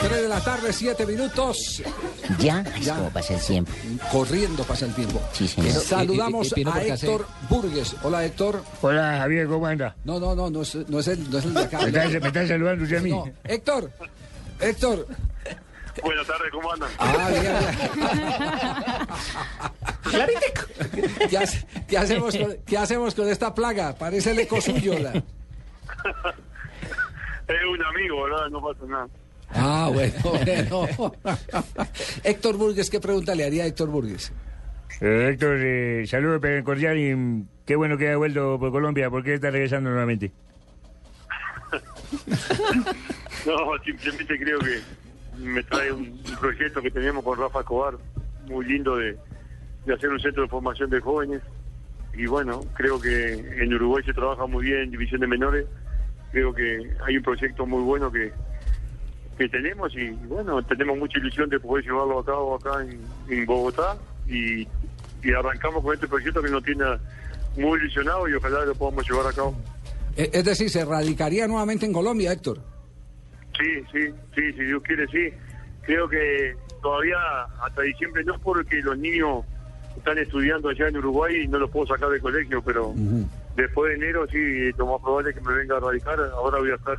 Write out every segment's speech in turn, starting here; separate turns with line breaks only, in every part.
3 de la tarde, 7 minutos.
Ya, es como pasa el tiempo.
Corriendo pasa el tiempo. Eh,
Sí, señor. Pero,
Saludamos
y- y- y tiene
a
por qué hacer-
Héctor Burgues. Hola, Héctor.
Hola Javier, ¿cómo anda?
No, no, no, no es, no es el, no es el de acá.
¿Me estás, me estás saludando usted a mí?
No, Héctor. Héctor.
Buenas tardes, ¿cómo andan?
Ah, bien, bien. ¿Qué, hace- qué hacemos con, qué hacemos con esta plaga? Parece el eco suyo. la-
Es un amigo, ¿verdad? No pasa nada.
Ah, bueno, bueno. Héctor Burgues, ¿qué pregunta le haría a Héctor Burgues?
Eh, Héctor, eh, saludos pero cordial y mm, qué bueno que haya vuelto por Colombia. ¿Por qué está regresando nuevamente?
No, simplemente creo que me trae un, un proyecto que teníamos con Rafa Escobar, muy lindo de, de hacer un centro de formación de jóvenes. Y bueno, creo que en Uruguay se trabaja muy bien en división de menores. Creo que hay un proyecto muy bueno que, que tenemos y bueno, tenemos mucha ilusión de poder llevarlo a cabo acá en, en Bogotá y, y arrancamos con este proyecto que nos tiene muy ilusionado y ojalá lo podamos llevar a cabo.
Eh, Es decir, se radicaría nuevamente en Colombia, Héctor.
Sí, sí, sí, si Dios quiere, sí. Creo que todavía hasta diciembre no, porque los niños están estudiando allá en Uruguay y no los puedo sacar del colegio, pero después de enero sí, lo más probable es que me venga a radicar. Ahora voy a estar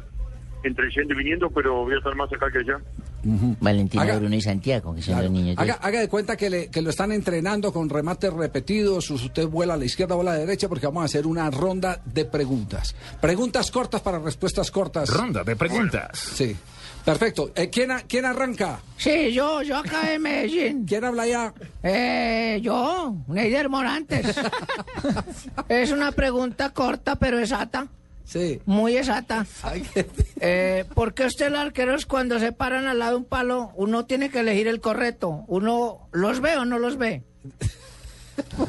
entre yendo y viniendo, pero voy a estar más acá que allá.
Valentina,
Haga-
Bruno Mm, y Santiago, que son
Claro.
los niños. de-
Haga, haga de cuenta que, le- que lo están entrenando con remates repetidos. Usted vuela a la izquierda, vuela a la derecha, porque vamos a hacer una ronda de preguntas. Preguntas cortas para respuestas cortas.
Ronda de preguntas.
Sí. Perfecto. Eh, ¿quién, a- ¿Quién arranca?
Sí, yo, yo acá de Medellín.
¿Quién habla ya?
Eh, yo, Neider Morantes. es una pregunta corta pero exacta,
Sí.
muy exacta.
Ay, qué-
Eh, ¿Por qué usted, los arqueros, cuando se paran al lado de un palo, uno tiene que elegir el correcto? ¿Uno los ve o no los ve?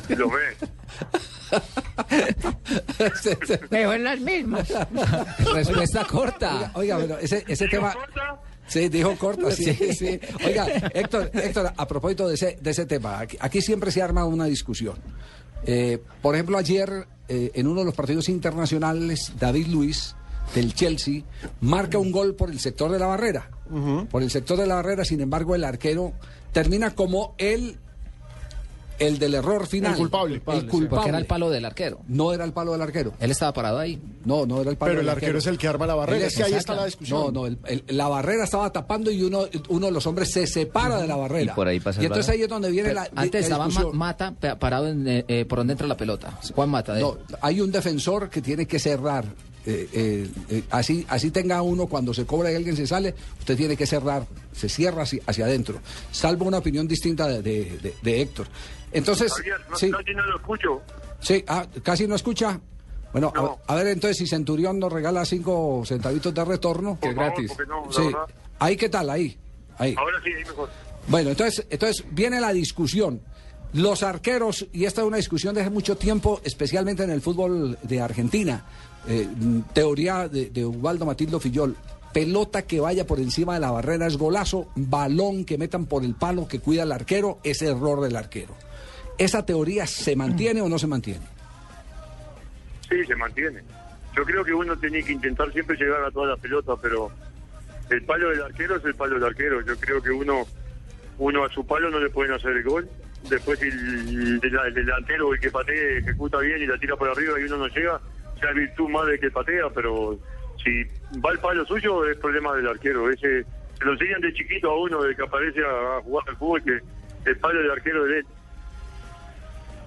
Y Los ve.
Me ven las mismas.
Respuesta corta.
Oiga, oiga, pero ese, ese tema.
corta?
Sí, dijo corta, sí, sí. Oiga, Héctor, Héctor, a propósito de ese, de ese tema, aquí, aquí siempre se arma una discusión. Eh, por ejemplo, ayer, eh, en uno de los partidos internacionales, David Luis, del Chelsea, marca un gol por el sector de la barrera. Por el sector de la barrera, sin embargo, el arquero termina como el, el del error final.
El culpable.
El
Culpable, sí.
culpable.
Porque era el palo del arquero.
No era el palo del arquero.
Él estaba parado ahí.
No, no era el palo
Pero
del
el arquero es el que arma la barrera.
Él
Es que ahí
exacto.
está la discusión.
No, no, el- el- la barrera estaba tapando y uno, uno de los hombres se separa de la barrera.
Y por ahí pasa el
entonces
balón.
ahí es donde viene la, la
Antes estaba Ma-
discusión.
Mata pe- parado en, eh, eh, por donde entra la pelota. Juan Mata. de-
No, hay un defensor que tiene que cerrar. eh, eh, eh, así, así tenga uno cuando se cobra y alguien se sale, usted tiene que cerrar, se cierra hacia, hacia adentro. Salvo una opinión distinta de, de- de- de Héctor. Entonces,
Javier, no,
sí,
no, yo no lo escucho.
sí, ah, casi no escucha. Bueno, a-
No.
a, ver entonces si Centurión nos regala cinco centavitos de retorno.
Por favor, porque no, la
Sí.
verdad.
Ahí qué tal, ahí. Ahí.
Ahora sí, ahí mejor.
Bueno, entonces, entonces viene la discusión. Los arqueros, y esta es una discusión de hace mucho tiempo, especialmente en el fútbol de Argentina, eh, mm, teoría de, de Ubaldo Matildo Fillol, pelota que vaya por encima de la barrera es golazo, balón que metan por el palo que cuida el arquero es error del arquero. ¿Esa teoría se mantiene o no se mantiene?
Sí, se mantiene. Yo creo que uno tiene que intentar siempre llegar a todas las pelotas, pero el palo del arquero es el palo del arquero. Yo creo que uno uno a su palo no le pueden hacer el gol. Después si el, el- el delantero o el que patea ejecuta bien y la tira por arriba y uno no llega, ya es virtud más del que patea, pero si va el palo suyo es problema del arquero. Ese se lo enseñan de chiquito a uno de que aparece a, a jugar al fútbol que el palo del arquero es de él.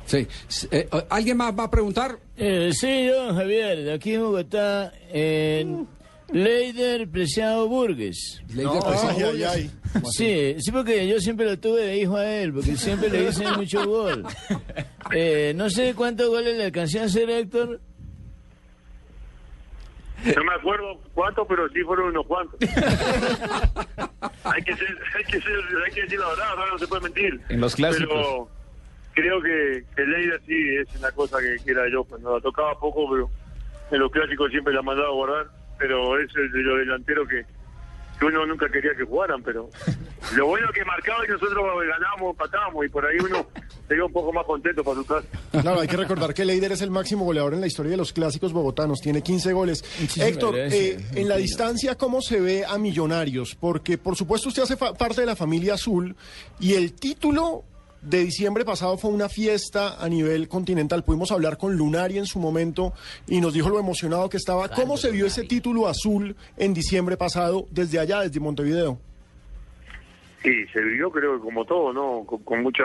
Sí. Eh, ¿Alguien más va a preguntar?
Eh, sí, don Javier, de aquí en Bogotá, en Leider Preciado Burgues.
Ley
No,
de presión.
ay, ay, ay.
Sí, sí, porque yo siempre lo tuve de hijo a él, porque siempre le hice mucho gol. Eh, no sé cuántos goles le alcancé a hacer, Héctor.
No me acuerdo cuántos, pero sí fueron unos cuantos. hay, que ser, hay, que ser, hay que decir la verdad, ahora no se puede mentir.
En los clásicos.
Pero creo que, que Leida sí es una cosa que, que era yo. Cuando la tocaba poco, pero en los clásicos siempre la mandaba a guardar. Pero es el de los delanteros que, que que uno nunca quería que jugaran, pero lo bueno que marcaba y nosotros ganábamos, patábamos y por ahí uno se iba un poco más contento para su casa.
Claro, hay que recordar que Leider es el máximo goleador en la historia de los clásicos bogotanos, tiene 15 goles.
Muchísimas
Héctor,
gracias.
eh, en la distancia, ¿cómo se ve a Millonarios? Porque, por supuesto, usted hace fa- parte de la familia azul y el título de diciembre pasado fue una fiesta a nivel continental. Pudimos hablar con Lunari en su momento y nos dijo lo emocionado que estaba. ¿Cómo se vio ese título azul en diciembre pasado desde allá, desde Montevideo?
Sí, se vivió creo que como todo, ¿no? Con, con mucha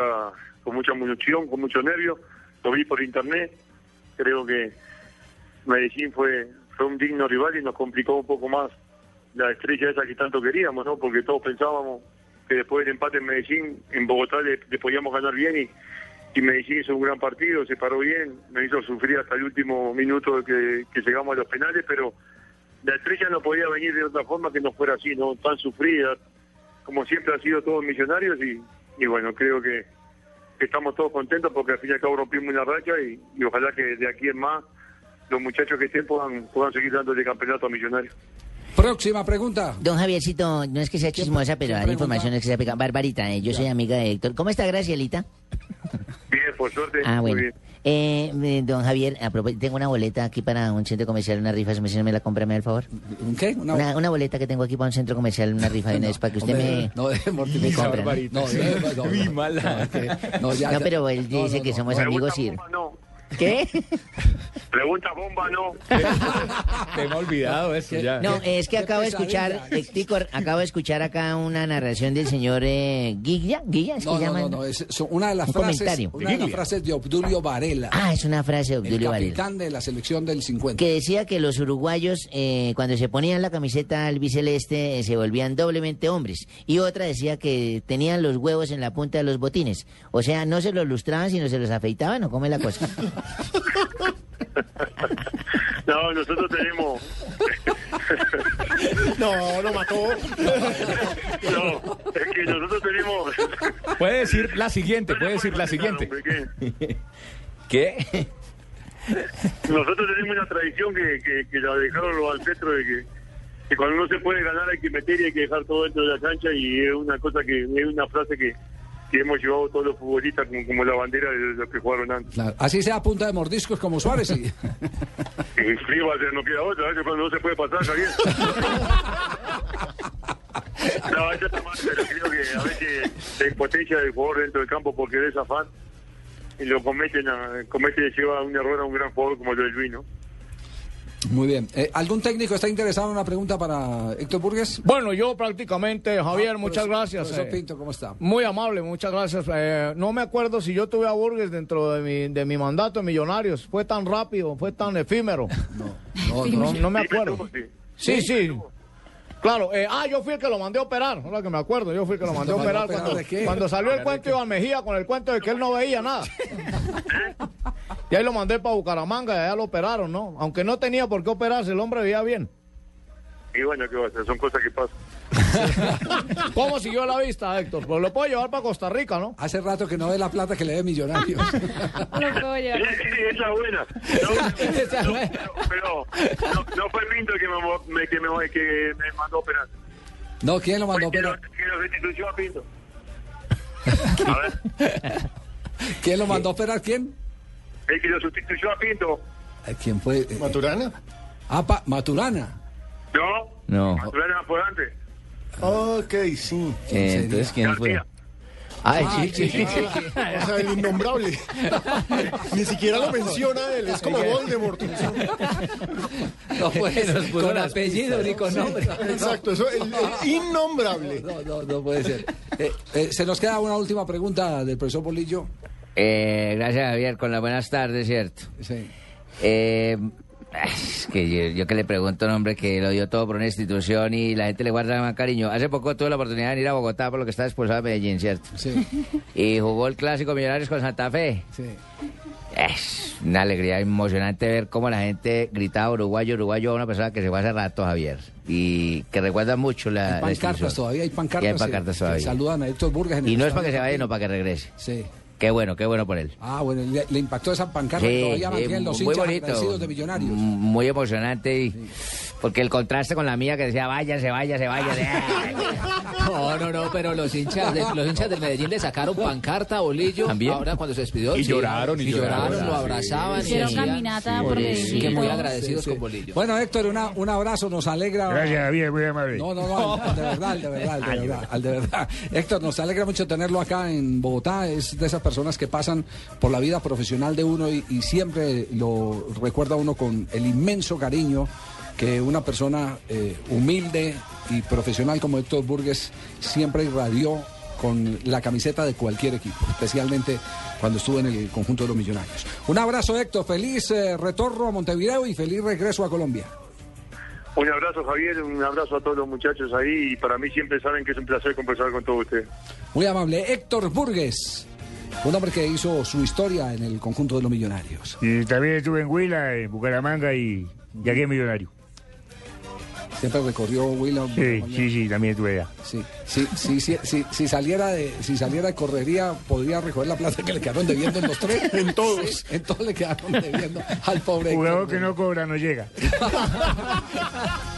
con mucha munición, con mucho nervio. Lo vi por internet. Creo que Medellín fue fue un digno rival y nos complicó un poco más la estrella esa que tanto queríamos, ¿no? Porque todos pensábamos que después del empate en Medellín, en Bogotá le, le podíamos ganar bien y, y Medellín hizo un gran partido, se paró bien, me hizo sufrir hasta el último minuto que, que llegamos a los penales, pero la estrella no podía venir de otra forma que no fuera así, ¿no? Tan sufrida, como siempre han sido todos millonarios y, y bueno, creo que, que estamos todos contentos porque al fin y al cabo rompimos una racha y, y ojalá que de aquí en más los muchachos que estén puedan, puedan seguir dándole campeonato a millonarios.
Próxima pregunta.
Don Javiercito, no es que sea chismosa, pero la
pregunta?
información es que sea pica- Barbarita, eh, yo soy amiga de Héctor. ¿Cómo está Gracielita?
Bien, por suerte,
Ah,
muy
bueno.
bien.
Eh, eh, don Javier, a propós- tengo una boleta aquí para un centro comercial, una rifa. Si me- si me la compra, me da el favor.
¿Un ¿Qué? Una-
Una, una boleta que tengo aquí para un centro comercial, una rifa de una vez para que usted me...
Hombre, No deje
me
mortificar.
compra, ¿no?
No, de- no, no, no.
Uy, mala.
No, es que- no, ya-
No, pero él
no,
dice
no,
que
no.
somos
Pregunta
amigos y...
bomba no,
¿Qué?
pregunta bomba no.
Te me ha olvidado eso ya.
No, es
Qué
que acabo de escuchar,
pesadilla.
eh, Tico, acabo de escuchar acá una narración del señor eh, Guilla, Guilla, es que
No, no,
llaman.
no, no, es son una de las
Un
frases,
comentario.
una de las frases de Obdulio Varela,
Ah, es una frase de
el
Obdulio Varela.
capitán de la selección del 50.
que decía que los uruguayos eh, cuando se ponían la camiseta albiceleste eh, se volvían doblemente hombres y otra decía que tenían los huevos en la punta de los botines o sea no se los lustraban sino se los afeitaban o cómo es la cosa
No, nosotros tenemos...
No, lo mató.
No, es que nosotros tenemos...
Puede decir la siguiente, puede decir la siguiente.
Hombre, ¿qué?
¿Qué?
Nosotros tenemos una tradición que, que, que la dejaron los ancestros de que, que cuando no se puede ganar hay que meter y hay que dejar todo dentro de la cancha y es una cosa que es una frase que, que hemos llevado todos los futbolistas como, como la bandera de los que jugaron antes.
Claro, Así sea a punta de mordiscos como Suárez. y-
Y Rivas no queda otra, eso cuando no se puede pasar, Javier. No, eso está mal, pero creo que a veces la impotencia del jugador dentro del campo por querer zafar y lo cometen, a- comete lleva un error a un gran jugador como el de Luis, ¿no?
Muy bien. Eh, ¿Algún técnico está interesado en una pregunta para Héctor Burgues?
Bueno, yo prácticamente, Javier, muchas
Profesor-
gracias.
Ah, profesor
eh.
Pinto, ¿cómo está?
Muy amable, muchas gracias. Eh, no me acuerdo si yo tuve a Burgues dentro de mi, de mi mandato en Millonarios. Fue tan rápido, fue tan efímero.
No,
No,
no.
no me
Sí, pero
acuerdo.
tú, sí.
Sí, sí. Claro, eh, ah, yo fui el que lo mandé a operar, ahora que me acuerdo, yo fui el que lo mandé a
mandó a
operar
operar
cuando,
de qué? Ah,
cuando salió el cuento de Iván Mejía con el cuento de que él no veía nada. Y ahí lo mandé para Bucaramanga y allá lo operaron, ¿no? Aunque no tenía por qué operarse, el hombre veía bien.
Y bueno, ¿qué va a hacer? Son cosas que pasan.
¿Cómo siguió la vista, Héctor? Pues lo puedo llevar para Costa Rica, ¿no?
Hace rato que no ve la plata que le dé Millonarios.
Lo puedo
Sí,
llevar.
sí, es la buena. No, no, pero no, no fue Pinto que me, mo- me- que me, que me mandó a operar.
No, ¿quién lo mandó a
Fue
operar?
que lo- que lo sustituyó a Pinto. A ver,
¿Quién lo mandó a operar? ¿Quién?
el que lo sustituyó a Pinto.
Eh, ¿Quién fue? Eh,
¿Maturana?
ah, pa- Maturana.
No,
No.
Maturana por antes.
Ok, sí.
Eh, entonces, ¿quién fue?
García.
Ay,
O sea, el innombrable. Ni siquiera lo menciona él, es como Voldemort.
Pues No, puede ser.
Con apellido ni con nombre.
Exacto, eso, el, el innombrable.
No, no, no puede ser. Eh, eh, se nos queda una última pregunta del profesor Bolillo.
Eh, gracias, Javier, con las buenas tardes, ¿cierto?
Sí.
Eh, es que yo, yo que le pregunto a un hombre que lo dio todo por una institución y la gente le guarda más cariño. Hace poco tuve la oportunidad de ir a Bogotá por lo que estaba expulsado de Medellín, ¿cierto?
Sí,
Y jugó el clásico Millonarios con Santa Fe.
sí.
Es una alegría emocionante ver cómo la gente gritaba uruguayo, uruguayo a una persona que se fue hace rato, Javier. Y que recuerda mucho la.
Hay
la
pancartas
institución.
todavía, hay pancartas.
Y hay
que-
pancartas
que
todavía.
saludan a Héctor Burgas. en
Y
el
no es para que se
estadio
vaya, no
Campín.
para que regrese.
Sí.
Qué bueno, qué bueno por él.
Ah, bueno, le, le impactó esa pancarta
Sí,
que todavía
sí,
mantienen los
muy
hinchas
bonito,
agradecidos de Millonarios.
m- Muy emocionante y Porque el contraste con la mía que decía, váyase, váyase, váyase.
No, no, no, pero los hinchas, de- los hinchas del Medellín le sacaron pancarta, bolillo.
¿También?
Ahora cuando se despidió.
Y lloraron, y
lloraron.
lloraron,
lo
sí.
abrazaban. y
Hicieron
decían-
caminata
Sí,
por
sí, que
Medellín.
muy
todo.
agradecidos con bolillo.
Bueno, Héctor, una, un abrazo, nos alegra.
Gracias, Javier, muy amable.
No, no, no, al, al de verdad, al de verdad, al de verdad, al de verdad. Héctor, nos alegra mucho tenerlo acá en Bogotá. Es de esas personas que pasan por la vida profesional de uno y, y siempre lo recuerda uno con el inmenso cariño que una persona eh, humilde y profesional como Héctor Burgues siempre irradió con la camiseta de cualquier equipo, especialmente cuando estuvo en el conjunto de los millonarios. Un abrazo Héctor, feliz eh, retorno a Montevideo y feliz regreso a Colombia.
Un abrazo, Javier, un abrazo a todos los muchachos ahí y para mí siempre saben que es un placer conversar con todos ustedes.
Muy amable, Héctor Burgues, un hombre que hizo su historia en el conjunto de los millonarios.
Y también estuve en Huila, en Bucaramanga y, y aquí en Millonario.
Siempre recorrió Willow.
Sí, sí, sí, también estuve allá.
Sí, sí, sí, sí, sí, si saliera de, si saliera de correría, podría recoger la plata que le quedaron debiendo en los tres. en todos. En todos le quedaron debiendo al pobre.
Jugador
Héctor
que no cobra no llega.
Burgues.